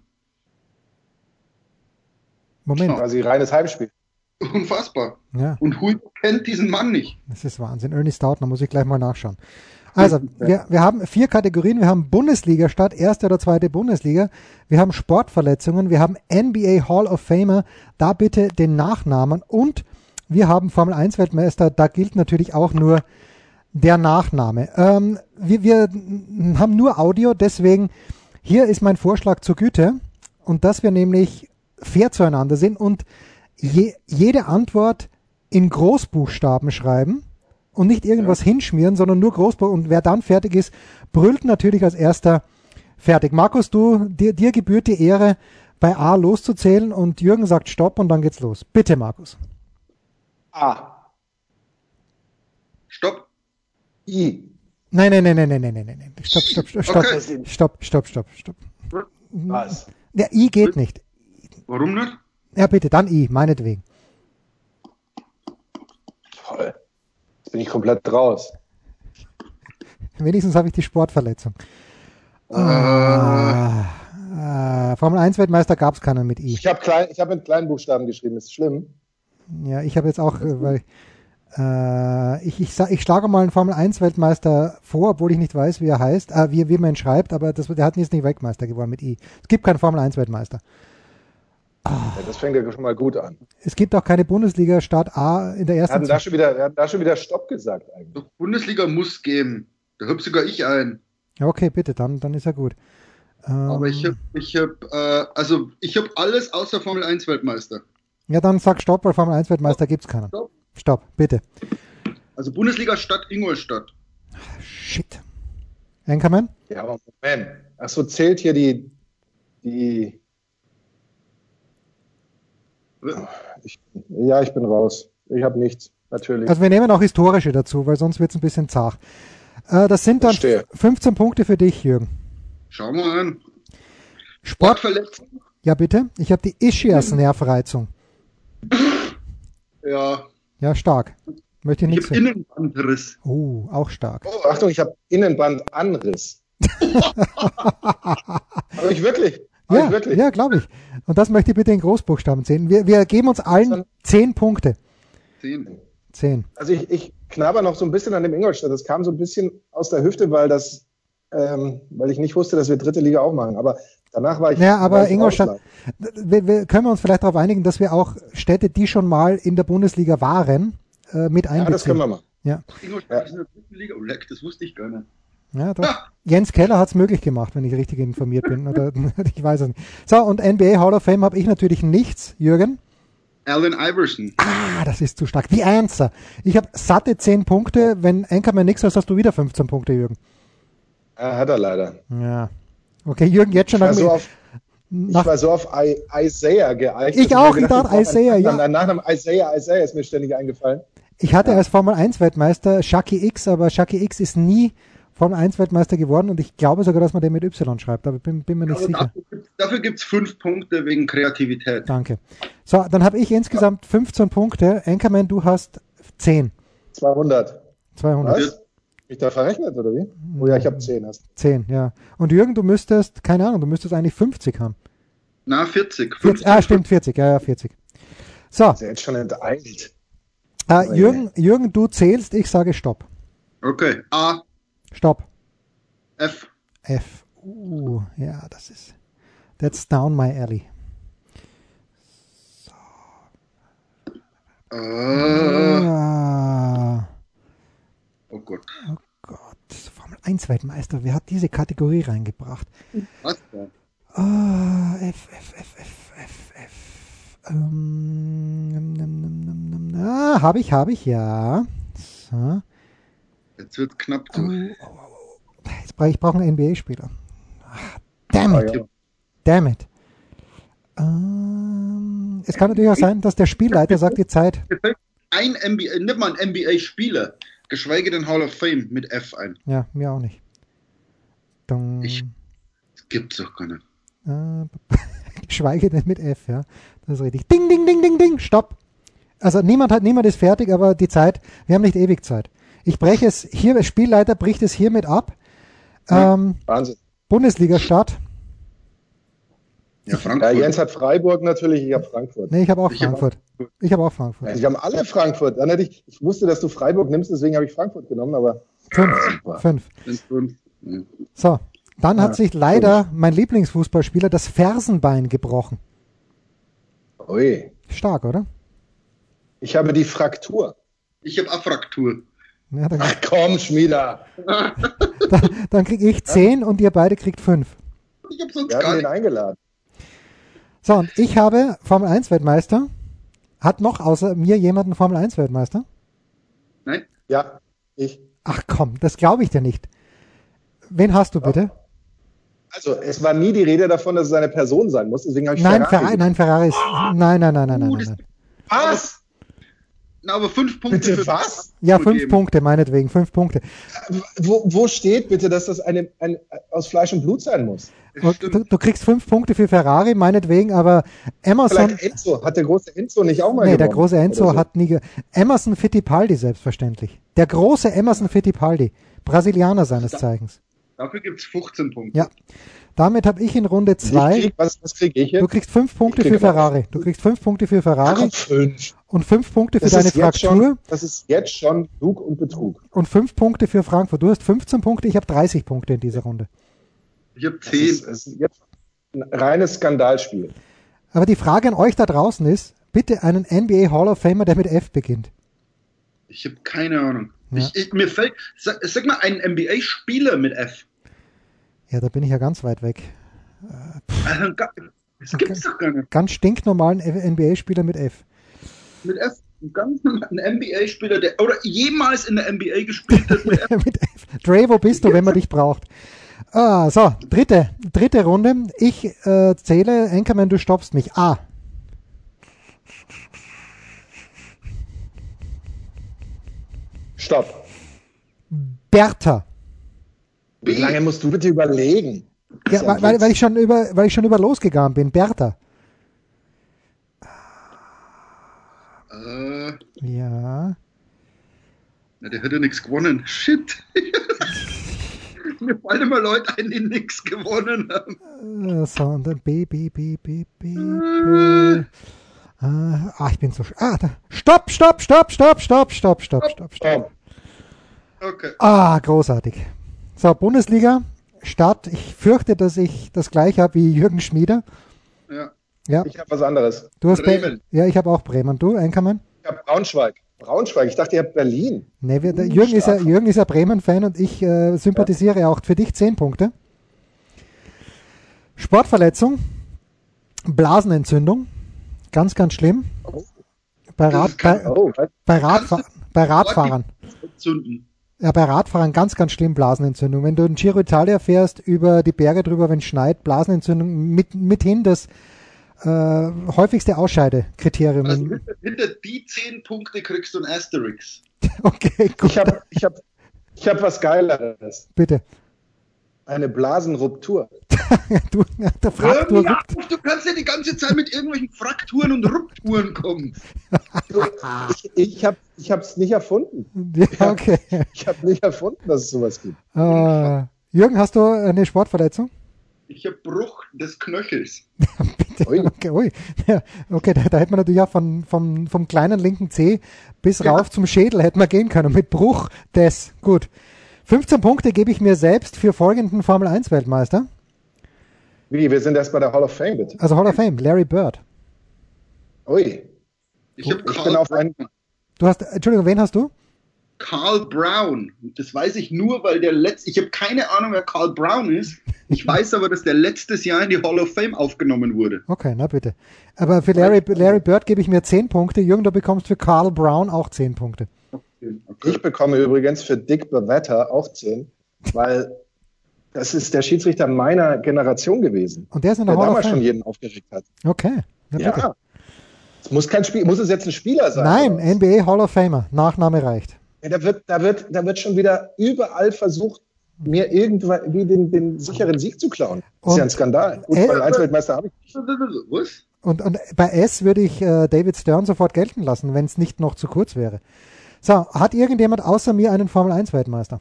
Moment. Quasi reines Heimspiel. Unfassbar. Ja, Und Hulber kennt diesen Mann nicht. das ist Wahnsinn. Ernie Stoutner, muss ich gleich mal nachschauen. Also, wir, wir haben vier Kategorien. Wir haben Bundesliga statt erste oder zweite Bundesliga. Wir haben Sportverletzungen. Wir haben NBA Hall of Famer. Da bitte den Nachnamen. Und wir haben Formel 1 Weltmeister. Da gilt natürlich auch nur der Nachname. Ähm, wir, wir n- haben nur Audio, deswegen hier ist mein Vorschlag zur Güte und dass wir nämlich fair zueinander sind und je, jede Antwort in Großbuchstaben schreiben und nicht irgendwas hinschmieren, sondern nur Großbuchstaben. Und wer dann fertig ist, brüllt natürlich als erster fertig. Markus, du, dir, dir gebührt die Ehre, bei A loszuzählen und Jürgen sagt Stopp und dann geht's los. Bitte, Markus. A. Stopp. I. Nein, nein, nein, nein, nein, nein, nein, nein. Stopp, stopp, stopp, stopp, Okay. stopp, stopp, stopp, stopp. Was? Der I geht nicht. Warum nicht? Ja, bitte, dann I, meinetwegen. Toll. Jetzt bin ich komplett raus. Wenigstens habe ich die Sportverletzung. Äh. Ah, äh, Formel 1 Weltmeister gab es keinen mit I. Ich habe klein, ich hab mit kleinen Buchstaben geschrieben. Ist schlimm. Ja, ich habe jetzt auch, äh, weil äh, ich, ich, sa- ich schlage mal einen Formel 1 Weltmeister vor, obwohl ich nicht weiß, wie er heißt, äh, wie, wie man ihn schreibt, aber das, der hat jetzt nicht Weltmeister geworden mit I. Es gibt keinen Formel 1 Weltmeister. Ja, das fängt ja schon mal gut an. Es gibt auch keine Bundesliga Start A in der Wir hatten ersten. da schon wieder, wir hatten da schon wieder Stopp gesagt eigentlich. Doch Bundesliga muss geben. Da hüpf sogar ich ein. Ja, okay, bitte, dann, dann ist ja gut. Ähm, Aber ich hab, ich hab, äh, also ich hab alles außer Formel 1 Weltmeister. ja, dann sag Stopp, weil Formel 1 Weltmeister gibt's keinen. Stopp. Stopp, bitte. Also Bundesliga Stadt Ingolstadt. Shit. Anchorman? Ja, aber Moment. Ach so, zählt hier die, die, ich, ja, ich bin raus. Ich habe nichts, natürlich. Also wir nehmen auch historische dazu, weil sonst wird's ein bisschen zart. Äh, das sind dann Verstehe. 15 Punkte für dich, Jürgen. Schau mal an. Sport. Sportverletzung. Ja, bitte. Ich habe die Hm. Ischias-Nervreizung. Ja. Ja, stark. Möchte ich Ich nichts hab sehen. Innenbandriss. Oh, auch stark. oh, Achtung, ich habe Innenbandanriss. aber ich wirklich. Hab Ja, ich also wirklich. ja glaube ich. Und das möchte ich bitte in Großbuchstaben sehen. Wir, wir geben uns allen 10 Punkte. 10. 10. Also ich, ich knabber noch so ein bisschen an dem Ingolstadt. Das kam so ein bisschen aus der Hüfte, weil das, ähm, weil ich nicht wusste, dass wir dritte Liga auch machen. Aber danach war ich. Ja, war aber ich Ingolstadt, raus. wir, wir, können wir uns vielleicht darauf einigen, dass wir auch Städte, die schon mal in der Bundesliga waren, äh, mit einbeziehen. Ja, das können wir mal. Ja, Ingolstadt Ja. ist in der dritten Liga. Oh, leck, das wusste ich gar nicht. ja doch. Jens Keller hat's möglich gemacht, wenn ich richtig informiert bin. Oder ich weiß es nicht. So, und NBA Hall of Fame habe ich natürlich nichts, Jürgen. Allen Iverson. Ah, das ist zu stark. Die Answer. Ich habe satte 10 Punkte. Wenn Anchorman nichts hast, hast du wieder 15 Punkte, Jürgen. Ja, hat er leider. Ja. Also Okay, Jürgen, jetzt schon Ich war nach, so auf, ich nach war so auf I, Isaiah geeicht. Ich dass auch, mir ich dachte brauche einen Isaiah, anderen- ja. einen Nachnamen Isaiah, Isaiah ist mir ständig eingefallen. Ich hatte als Formel 1 Weltmeister Shaki X, aber Shaki X ist nie Formel 1 Weltmeister geworden und ich glaube sogar, dass man den mit Y schreibt, aber bin, bin mir nicht Also sicher. dafür gibt's- dafür gibt es fünf Punkte wegen Kreativität. Danke. So, dann habe ich insgesamt 15 Punkte. Anchorman, du hast 10. 200. 200. Was? Mich da verrechnet, oder wie? Hm. Oh ja, ich habe 10. Hast. 10, ja. Und Jürgen, du müsstest, keine Ahnung, du müsstest eigentlich 50 haben. Na, 40. 40, ah, stimmt, 40, ja, ja, 40. So, Ist ja jetzt schon enteilt. äh, Jürgen, Jürgen, du zählst, ich sage Stopp. Okay. A, Stopp. F. F. Uh, ja, das ist. That's down my alley. Äh, Ah, oh Gott. Gott, das ist Formel 1 Weltmeister, wer hat diese Kategorie reingebracht? Was denn? Ah, F, F, F, F, F, F. Ähm, num, num, num, num, num. Ah, habe ich, habe ich, ja. So. Jetzt wird knapp. Oh, Du. oh, oh, oh. Jetzt brauch, ich brauche einen NBA-Spieler. Damn Ah, it, ja. damn it. Ähm, es kann natürlich auch sein, dass der Spielleiter sagt, die Zeit. Ein NBA, nimm mal einen NBA-Spieler, geschweige denn Hall of Fame mit F ein. Ja, mir auch nicht. Dung. Ich- Das gibt's doch gar nicht. Äh, Geschweige denn mit F, ja. Das ist richtig. Ding, ding, ding, ding, ding, stopp. Also niemand hat, niemand ist fertig, aber die Zeit, wir haben nicht ewig Zeit. Ich breche es hier, der Spielleiter bricht es hiermit ab. Ähm, Wahnsinn. Bundesliga-Start. Ja, Frankfurt. Ja, Jens hat Freiburg natürlich, ich habe Frankfurt. Nee, ich habe auch Ich hab Frankfurt. Ich habe auch Frankfurt. Ich haben alle Frankfurt. Dann hätte ich, ich wusste, dass du Freiburg nimmst, deswegen habe ich Frankfurt genommen, aber Ah, Fünf. Fünf. Wenn's fünf- Hm. So. Dann Ah, hat sich leider mein Lieblingsfußballspieler das Fersenbein gebrochen. ui. Stark, oder? Ich habe die Fraktur. Ich habe Afraktur. Ja, dann Ach komm, Schmieder. dann, dann kriege ich zehn und ihr beide kriegt fünf. Ich habe sonst Wir gar hatten ihn nichts. eingeladen. So, und ich habe Formel 1 Weltmeister. Hat noch außer mir jemanden Formel 1 Weltmeister? Nein? Ja, ich. Ach komm, das glaube ich dir nicht. Wen hast du bitte? Oh, Also, es war nie die Rede davon, dass es eine Person sein muss, deswegen habe ich nein, Ferrari. Oh. Ferrari, nein, Ferrari ist. Nein, nein, nein, nein, nein, Uh, nein. das- nein. Was? Na, aber fünf Punkte. Bitte für- was? Ja, fünf Zugeben. Punkte, meinetwegen, fünf Punkte. Wo, wo steht bitte, dass das eine, ein, aus Fleisch und Blut sein muss? Und stimmt. du, du kriegst fünf Punkte für Ferrari, meinetwegen, aber Emerson. Vielleicht Enzo. Hat der große Enzo nicht auch mal Nee, der gewonnen? Also, große Enzo Oder so? hat nie. Ge Emerson Fittipaldi, selbstverständlich. Der große Emerson Fittipaldi. Brasilianer seines Zeichens. Dafür gibt's 15 Punkte. Ja. Damit habe ich in Runde Ich zwei. krieg, was was kriege ich Du jetzt? kriegst fünf Punkte für krieg aber auch- Ferrari. Du kriegst fünf Punkte für Ferrari Ach, fünf. und fünf Punkte für Das deine ist, jetzt Fraktur schon, das ist jetzt schon Lug und Betrug. und fünf Punkte für Frankfurt. Du hast 15 Punkte, ich habe 30 Punkte in dieser Runde. Ich habe Das ist, 10. das ist jetzt ein reines Skandalspiel. Aber die Frage an euch da draußen ist, bitte einen NBA Hall of Famer, der mit F beginnt. Ich habe keine Ahnung. Ja. Ich, ich, mir fällt. Sag, sag mal einen NBA-Spieler mit F. Ja, da bin ich ja ganz weit weg. Also, gar- Das gibt's doch gar nicht. Ganz stinknormalen NBA-Spieler mit F. Mit F. Ein ganz normaler NBA-Spieler, der oder jemals in der NBA gespielt hat mit F. mit F. Dre, wo bist du, wenn man dich braucht? Ah, so, dritte, dritte Runde. Ich äh, zähle, Enkermann, du stoppst mich. Ah, A. Stopp. Bertha. Wie lange musst du bitte überlegen? Ja, ja weil, weil, Witz. weil ich schon über, weil ich schon über losgegangen bin. Bertha. Äh, Ja. na, der hätte nichts gewonnen. Shit. Mir fallen immer Leute ein, die nichts gewonnen haben. Äh, So, und dann B, B, B, B, B, B. Äh, Ah, ich bin so. sch- Ah, da. Stopp, stopp, stopp, stopp, stopp, stopp, stopp, stopp, stopp. Stopp. Okay. Ah, großartig. So, Bundesliga, Start. Ich fürchte, dass ich das gleiche habe wie Jürgen Schmieder. Ja. Ja, Ich habe was anderes. du hast Be- Bremen. Ja, ich habe auch Bremen. Du, Enkermann? Ich habe Braunschweig. Braunschweig. Ich dachte, ihr habt Berlin. Nee, Ne, wir, der Jürgen, ist ja, Jürgen ist ja Bremen-Fan und ich äh, sympathisiere auch für dich 10 Punkte. Sportverletzung, Blasenentzündung, ganz, ganz schlimm. Bei, Rad, bei, Oh, was? bei, Radfahr, bei Radfahrern. Zünden. Ja, bei Radfahrern ganz, ganz schlimm Blasenentzündung. Wenn du in Giro Italia fährst, über die Berge drüber, wenn es schneit, Blasenentzündung mit, mithin das äh, häufigste Ausscheidekriterium. Also hinter, hinter die zehn Punkte kriegst du einen Asterix. okay, gut, Ich habe ich hab, ich hab was Geileres. bitte. Eine Blasenruptur. Du, ja, der Hör Fraktur mir auf, du kannst ja die ganze Zeit mit irgendwelchen Frakturen und Rupturen kommen. Du, Ich, ich habe es nicht erfunden. gibt. Ja, okay. Ich habe nicht erfunden, dass es sowas gibt. Äh, Jürgen, hast du eine Sportverletzung? Ich habe Bruch des Knöchels. Bitte. Ui. Okay, ui. Ja, okay da, da hätte man natürlich auch von, vom, vom kleinen linken Zeh bis Ja. rauf zum Schädel hätte man gehen können. Mit Bruch des. Gut. 15 Punkte gebe ich mir selbst für folgenden Formel 1 Weltmeister. Wie, wir sind erst bei der Hall of Fame, bitte. Also Hall of Fame, Larry Bird. Ui, Ich habe ich bin auf Karl, einen. Du hast, Entschuldigung, wen hast du? Karl Brown. Und Das weiß ich nur, weil der letzte. Ich habe keine Ahnung, wer Karl Brown ist. Ich weiß aber, dass der letztes Jahr in die Hall of Fame aufgenommen wurde. Okay, na bitte. Aber für Larry, Larry Bird gebe ich mir 10 Punkte. Jürgen, du bekommst für Carl Brown auch 10 Punkte. Ich bekomme übrigens für Dick Bavetta auch 10, weil das ist der Schiedsrichter meiner Generation gewesen, Und der ist in der der Hall of damals schon Fame. jeden aufgeregt hat. Okay, na bitte. Ja. also Es muss kein Spiel, muss es jetzt ein Spieler sein? Nein, oder? NBA Hall of Famer. Nachname reicht. Ja, da, wird, da, wird, da wird schon wieder überall versucht, mir irgendwie den, den sicheren Sieg zu klauen. Das ist ja Und- ein Skandal. Gut, Äh, beim Einzelweltmeister habe ich. Was? Und, und bei S würde ich äh, David Stern sofort gelten lassen, wenn es nicht noch zu kurz wäre. So, hat irgendjemand außer mir einen Formel-1-Weltmeister?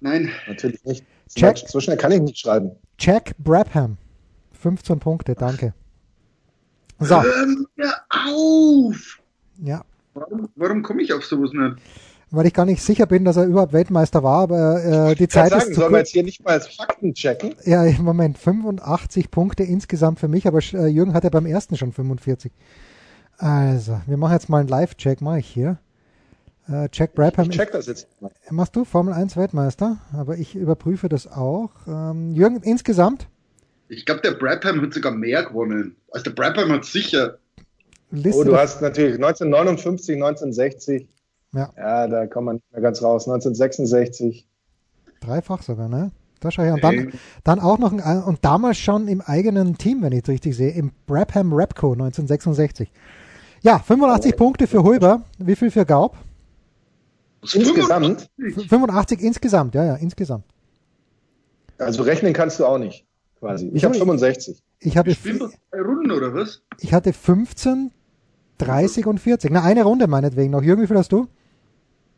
Nein, Natürlich nicht. Check. So schnell kann ich nicht schreiben. Jack Brabham. 15 Punkte, danke. So, hör mir auf! ja, Warum, warum komme ich auf sowas nicht? weil ich gar nicht sicher bin, dass er überhaupt Weltmeister war, aber äh, die Ich kann Zeit sagen, ist zu sollen wir kurz. jetzt hier nicht mal als Fakten checken? Ja, im Moment 85 Punkte insgesamt für mich, aber Sch- äh, Jürgen hatte beim ersten schon 45. Also, wir machen jetzt mal einen Live-Check, mache ich hier. Äh, Jack Brabham Ich ist check das jetzt mal. Machst du Formel 1 Weltmeister? Aber ich überprüfe das auch. Ähm, Jürgen, insgesamt Ich glaube, der Brabham hat sogar mehr gewonnen. Also der Brabham hat sicher. Liste. Oh, du der- hast natürlich 1959, 1960. Ja. ja, da kommt man nicht mehr ganz raus. 1966. dreifach sogar, ne? Da schau ich an. Dann, dann auch noch ein, und damals schon im eigenen Team, wenn ich es richtig sehe, im Brabham Repco 1966. Ja, 85 Punkte für Hulber. Wie viel für Gaub? Insgesamt, 85 insgesamt, ja, ja, insgesamt. also rechnen kannst du auch nicht, quasi. Ich habe 65. Ich, habe, Spielen wir zwei Runden oder was? ich hatte 15, 30 und 40. Na, eine Runde meinetwegen noch. Jürgen, wie viel hast du?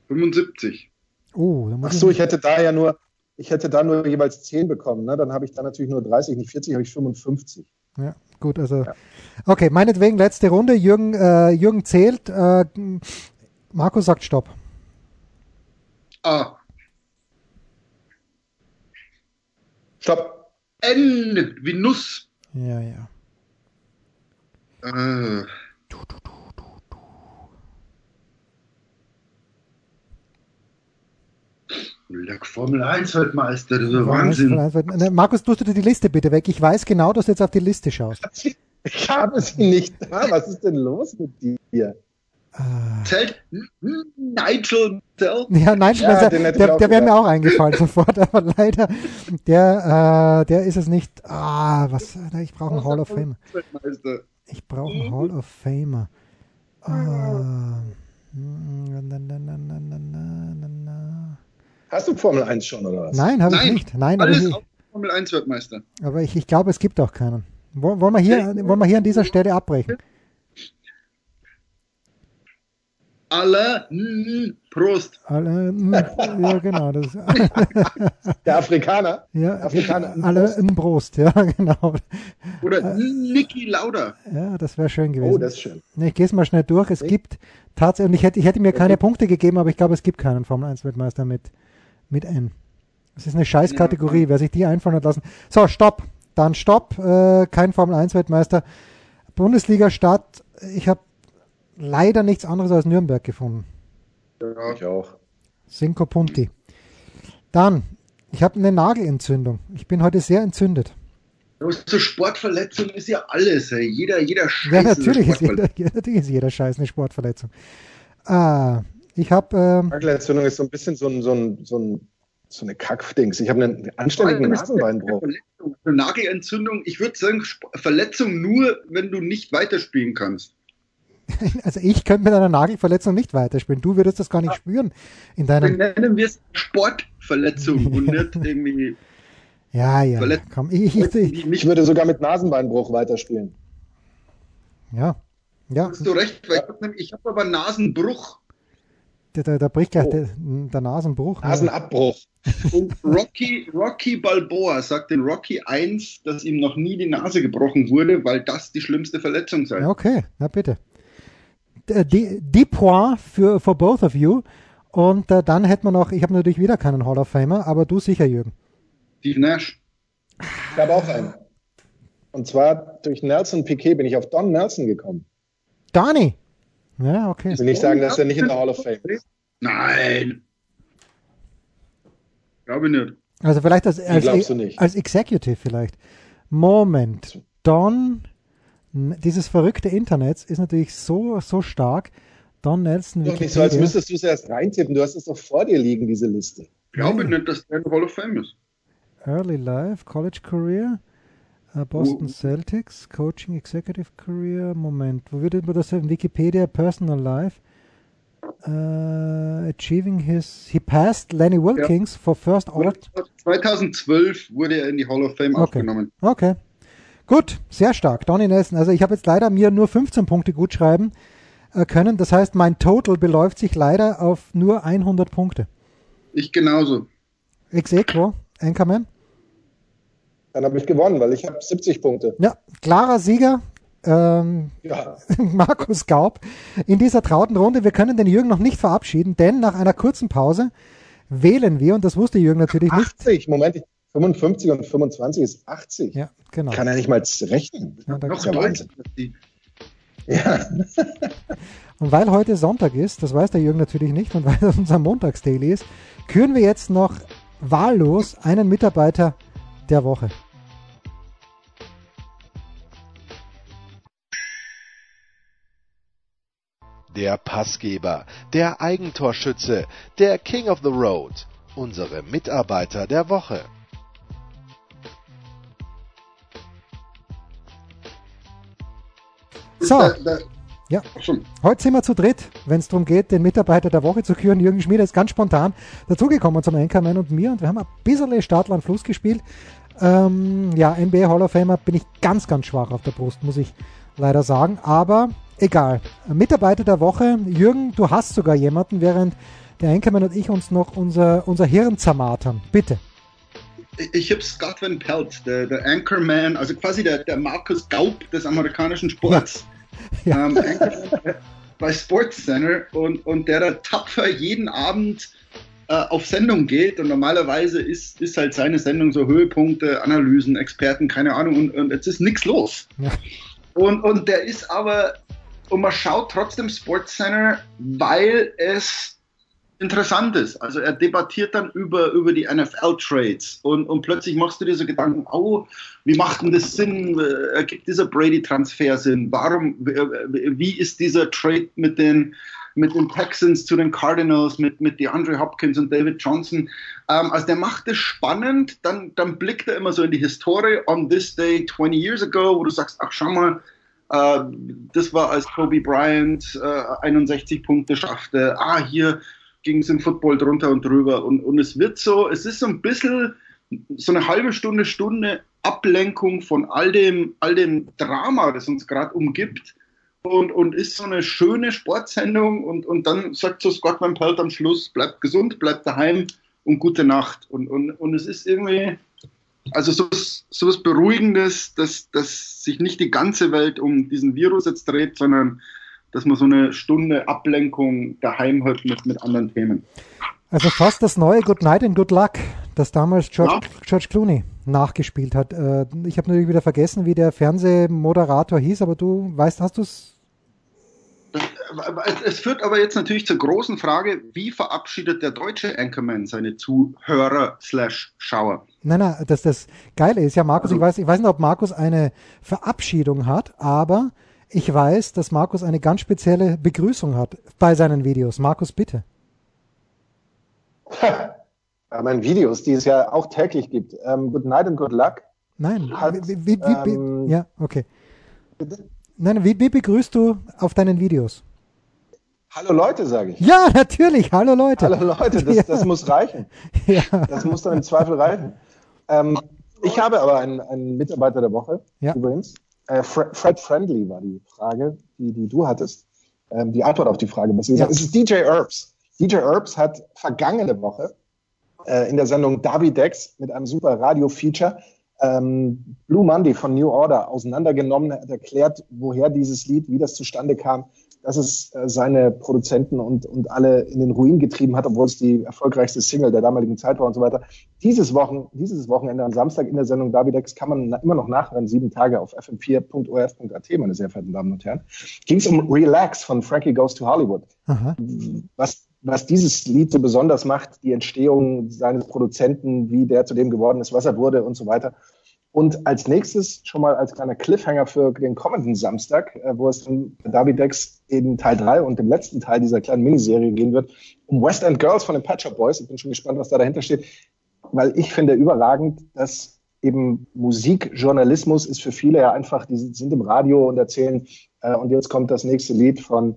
75. Oh, da muss Ach so, ich hätte da ja nur, ich hätte da nur jeweils 10 bekommen. Ne? Dann habe ich da natürlich nur 30, nicht 40, habe ich 55. Ja, gut, also. Okay, meinetwegen letzte Runde. Jürgen, äh, Jürgen zählt. Äh, Marco sagt Stopp. Ah, Stopp. N wie Nuss. Ja, ja. Äh, der Formel 1 Weltmeister, das ist ja Wahnsinn. Ne, Markus, tust du die Liste bitte weg? Ich weiß genau, dass du jetzt auf die Liste schaust. Ich habe sie nicht da. Was ist denn los mit dir? Zelt Hm, Nigel Zelt. Ja, nein, Ja, Schmelzer, den hätte ich der, auch der wäre gedacht. mir auch eingefallen sofort, aber leider, der, äh, der ist es nicht. Ah, was? na, Ich brauche einen Hall of Famer. Weltmeister. Ich brauche einen Hall of Famer. Ah. Na, na, na, na, na, na, na, na. Hast du Formel 1 schon oder was? Nein, habe ich Nein, nicht. Nein, aber Alles ich, auf Formel 1 Weltmeister. Aber ich, ich glaube, es gibt auch keinen. Wo- Wollen wir, hier, wollen wir hier an dieser Stelle abbrechen? Alle hm, Prost. Alle, mm, ja, genau. Das, Der Afrikaner? ja, äh, Afrikaner. alle in Brust, ja, genau. Oder Niki Lauda. Ja, das wäre schön gewesen. Oh, das ist schön. Ne, ich gehe es mal schnell durch. Es gibt tatsächlich, ich hätte, ich hätte mir keine Punkte gegeben, aber ich glaube, es gibt keinen Formel-1-Weltmeister mit, mit N. Das ist eine Mhm. Scheißkategorie, wer sich die einfallen hat lassen. So, stopp. Dann stopp. Äh, kein Formel-1-Weltmeister. Bundesliga-Start. Ich habe leider nichts anderes als Nürnberg gefunden. Ich auch. Cinco Punti. Dann, ich habe eine Nagelentzündung. Ich bin heute sehr entzündet. So Sportverletzung ist ja alles. Ey. Jeder, jeder Scheiß Ja, ist eine natürlich ist, Sportverletzung. jeder, natürlich ist jeder Scheiß eine Sportverletzung. Ah, Ich habe. Ähm, Magenentzündung ist so ein bisschen so, ein, so, ein, so, ein, so eine Kackdings. Ich habe einen anständigen Vor allem ist das Nasenbeinbruch. eine Verletzung, eine Nagelentzündung, ich würde sagen, Sp- Verletzung nur, wenn du nicht weiterspielen kannst. also ich könnte mit einer Nagelverletzung nicht weiterspielen. Du würdest das gar nicht spüren in Dann deinem. nennen wir es Sportverletzung und nicht irgendwie. Ja, ja. Verletz- Komm, ich, ich, ich, Ich würde sogar mit Nasenbeinbruch weiterspielen. ja. Ja, Hast du recht, weil ich hab nämlich- ich habe aber einen Nasenbruch. da- da, da bricht gleich Oh. der, der Nasenbruch. Nasenabbruch. Und Rocky, Rocky Balboa sagt in Rocky 1, dass ihm noch nie die Nase gebrochen wurde, weil das die schlimmste Verletzung sei. Ja, Okay, na bitte. D- Die, die Point für for both of you. Und äh, dann hätten wir noch, ich habe natürlich wieder keinen Hall of Famer, aber du sicher, Jürgen. Steve Nash. Ich habe auch einen. Und zwar durch Nelson Piquet bin ich auf Don Nelson gekommen. Dani! Ja, okay. Ich will nicht sagen, dass er nicht in der Hall of Fame ist. Nein. Glaube nicht. Also vielleicht als, als, glaubst du nicht. als Executive vielleicht. Moment, Don, n- dieses verrückte Internet ist natürlich so, so stark. Don Nelson. Doch nicht so, als Wikipedia. müsstest du es erst reintippen. Du hast es doch vor dir liegen, diese Liste. Glaube nicht, dass der in der Hall of Fame ist. Early Life, College Career, äh, Oh. Boston Celtics, Coaching Executive Career. Moment, wo würde man das in Wikipedia? Personal Life. Äh, achieving his. He passed Lenny Wilkins for first all. 2012 wurde er in die Hall of Fame Okay. aufgenommen. okay. Gut, sehr stark. Donny Nelson. Also ich habe jetzt leider mir nur 15 Punkte gut schreiben äh, können. Das heißt, mein Total beläuft sich leider auf nur 100 Punkte. Ich genauso. Ex aequo, Anchorman. Dann habe ich gewonnen, weil ich habe 70 Punkte. Ja, klarer Sieger. Ähm, Ja, Markus Gaub in dieser trauten Runde. Wir können den Jürgen noch nicht verabschieden, denn nach einer kurzen Pause wählen wir, und das wusste Jürgen natürlich nicht. 80. Moment, ich- 55 und 25 ist 80. Ja, genau. Kann er nicht mal rechnen. Ja, da- Noch ja deutlich. Wahnsinn. Ja. Und weil heute Sonntag ist, das weiß der Jürgen natürlich nicht, und weil das unser Montagsdaily ist, küren wir jetzt noch wahllos einen Mitarbeiter der Woche. Der Passgeber, der Eigentorschütze, der King of the Road, unsere Mitarbeiter der Woche. So. Da, da, Ja. Ach so. Heute sind wir zu dritt, wenn es darum geht, den Mitarbeiter der Woche zu küren. Jürgen Schmieder ist ganz spontan dazugekommen zum Anchorman und mir und wir haben ein bisschen Startland Fluss gespielt. Ähm, ja, NBA Hall of Famer bin ich ganz, ganz schwach auf der Brust, muss ich leider sagen. Aber egal. Mitarbeiter der Woche, Jürgen, du hast sogar jemanden, während der Anchorman und ich uns noch unser, unser Hirn zermartern. Bitte. Ich- Ich habe Scott Van Pelt, der, der Anchorman, also quasi der, der Markus Gaub des amerikanischen Sports. Ja. Ähm, Anchorman bei Sports Center und, und der da tapfer jeden Abend äh, auf Sendung geht. Und normalerweise ist, ist halt seine Sendung so Höhepunkte, Analysen, Experten, keine Ahnung. Und, und jetzt ist nichts los. Ja. Und, und der ist aber, und man schaut trotzdem Sports Center, weil es interessant ist. Also er debattiert dann über, über die NFL-Trades und, und plötzlich machst du dir so Gedanken, oh, wie macht denn das Sinn? Äh, Ergibt dieser Brady-Transfer Sinn? Warum, äh, wie ist dieser Trade mit den, mit den Texans zu den Cardinals, mit, mit DeAndre Hopkins und David Johnson? Ähm, also der macht es spannend, dann, dann blickt er immer so in die Historie, on this day 20 years ago, wo du sagst, ach schau mal, äh, das war als Kobe Bryant äh, 61 Punkte schaffte. Ah, hier ging es im Football drunter und drüber. Und, und es wird so, es ist so ein bisschen so eine halbe Stunde, Stunde Ablenkung von all dem, all dem Drama, das uns gerade umgibt. Und, und ist so eine schöne Sportsendung. Und, und dann sagt so Scott Van Pelt am Schluss, bleibt gesund, bleibt daheim und gute Nacht. Und, und, und es ist irgendwie, also so, so was Beruhigendes, dass, dass sich nicht die ganze Welt um diesen Virus jetzt dreht, sondern dass man so eine Stunde Ablenkung daheim hat mit, mit anderen Themen. Also fast das neue Good Night and Good Luck, das damals George, Ja. George Clooney nachgespielt hat. Äh, Ich habe natürlich wieder vergessen, wie der Fernsehmoderator hieß, aber du weißt, hast du es? Aber Äh, es- Es führt aber jetzt natürlich zur großen Frage, wie verabschiedet der deutsche Anchorman seine Zuhörer slash Schauer? Nein, nein, das, das Geile ist ja, Also Markus, ich weiß, ich weiß nicht, ob Markus eine Verabschiedung hat, aber ich weiß, dass Markus eine ganz spezielle Begrüßung hat. bei seinen Videos. Markus, bitte. Bei meinen Videos, die es ja auch täglich gibt. Ähm, good night and good luck. Nein. Hat, wie, wie, wie, ähm, ja, okay. Bitte? Nein, wie, wie begrüßt du auf deinen Videos? Hallo Leute, sage ich. Ja, natürlich. Hallo Leute. Hallo Leute, das, Ja. das muss reichen. Ja. Das muss dann im Zweifel reichen. Ähm, ich habe aber einen, einen Mitarbeiter der Woche, Ja. übrigens. Äh, Fre Fred Friendly war die Frage, die, die du hattest. Ähm, die Antwort auf die Frage, besser gesagt. Ja. Es ist DJ Herbs. DJ Herbs hat vergangene Woche äh, in der Sendung Darby Dex mit einem super Radio-Feature ähm, Blue Monday von New Order auseinandergenommen, hat erklärt, woher dieses Lied, wie das zustande kam, dass es äh, seine Produzenten und, und alle in den Ruin getrieben hat, obwohl es die erfolgreichste Single der damaligen Zeit war und so weiter. Dieses, Wochen, dieses Wochenende am Samstag in der Sendung Davidex kann man na, immer noch nachhören, sieben Tage auf fm4.orf.at, meine sehr verehrten Damen und Herren. Ging es um Relax von Frankie Goes to Hollywood Aha. was, was dieses Lied so besonders macht, die Entstehung seines Produzenten, wie der zu dem geworden ist, was er wurde und so weiter. Und als nächstes schon mal als kleiner Cliffhanger für den kommenden Samstag, äh, wo es in Darby Dex in Teil 3 und dem letzten Teil dieser kleinen Miniserie gehen wird, um West End Girls von den Patch Up Boys. Ich bin schon gespannt, was da dahinter steht, weil ich finde überragend, dass eben Musikjournalismus ist für viele ja einfach, die sind im Radio und erzählen, äh, und jetzt kommt das nächste Lied von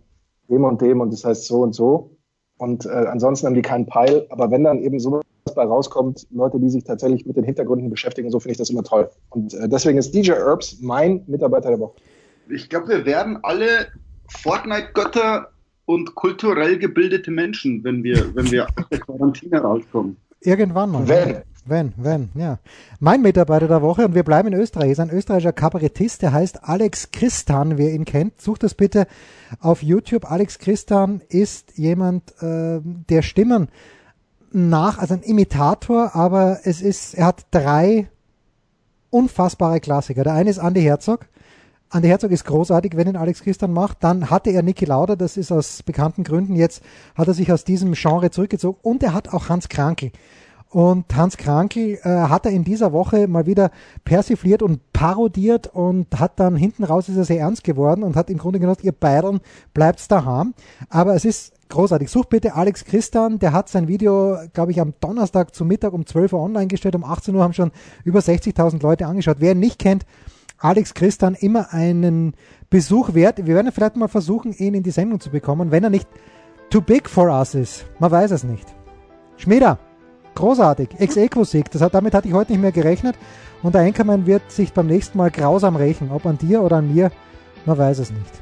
dem und dem und das heißt so und so. Und äh, ansonsten haben die keinen Peil. Aber wenn dann eben sowas bei rauskommt, Leute, die sich tatsächlich mit den Hintergründen beschäftigen, so finde ich das immer toll. Und äh, deswegen ist DJ Herbs mein Mitarbeiter der Woche. Ich glaube, wir werden alle Fortnite-Götter und kulturell gebildete Menschen, wenn wir, wenn wir aus der Quarantäne rauskommen. Irgendwann mal. Wenn. Wenn, wenn, ja. Mein Mitarbeiter der Woche, und wir bleiben in Österreich, ist ein österreichischer Kabarettist, der heißt Alex Christan, wer ihn kennt. Sucht das bitte auf YouTube. Alex Christan ist jemand, äh, der Stimmen nach, also ein Imitator, aber es ist, er hat drei unfassbare Klassiker. Der eine ist Andy Herzog. Andy Herzog ist großartig, wenn ihn Alex Christian macht. Dann hatte er Niki Lauda, das ist aus bekannten Gründen. Jetzt hat er sich aus diesem Genre zurückgezogen und er hat auch Hans Krankel. Und Hans Krankel äh, hat er in dieser Woche mal wieder persifliert und parodiert und hat dann hinten raus ist er sehr ernst geworden und hat im Grunde genommen gesagt, ihr Beideln bleibt's daheim. Aber es ist großartig. Sucht bitte Alex Christian, der hat sein Video, glaube ich, am Donnerstag zu Mittag um 12 Uhr online gestellt. Um 18 Uhr haben schon über 60.000 Leute angeschaut. Wer ihn nicht kennt, Alex Christian immer einen Besuch wert. Wir werden vielleicht mal versuchen, ihn in die Sendung zu bekommen, wenn er nicht too big for us ist. Man weiß es nicht. Schmieder, großartig. Ex-Eco-Sieg, das hat, damit hatte ich heute nicht mehr gerechnet. Und der Enkermann wird sich beim nächsten Mal grausam rächen. Ob an dir oder an mir, man weiß es nicht.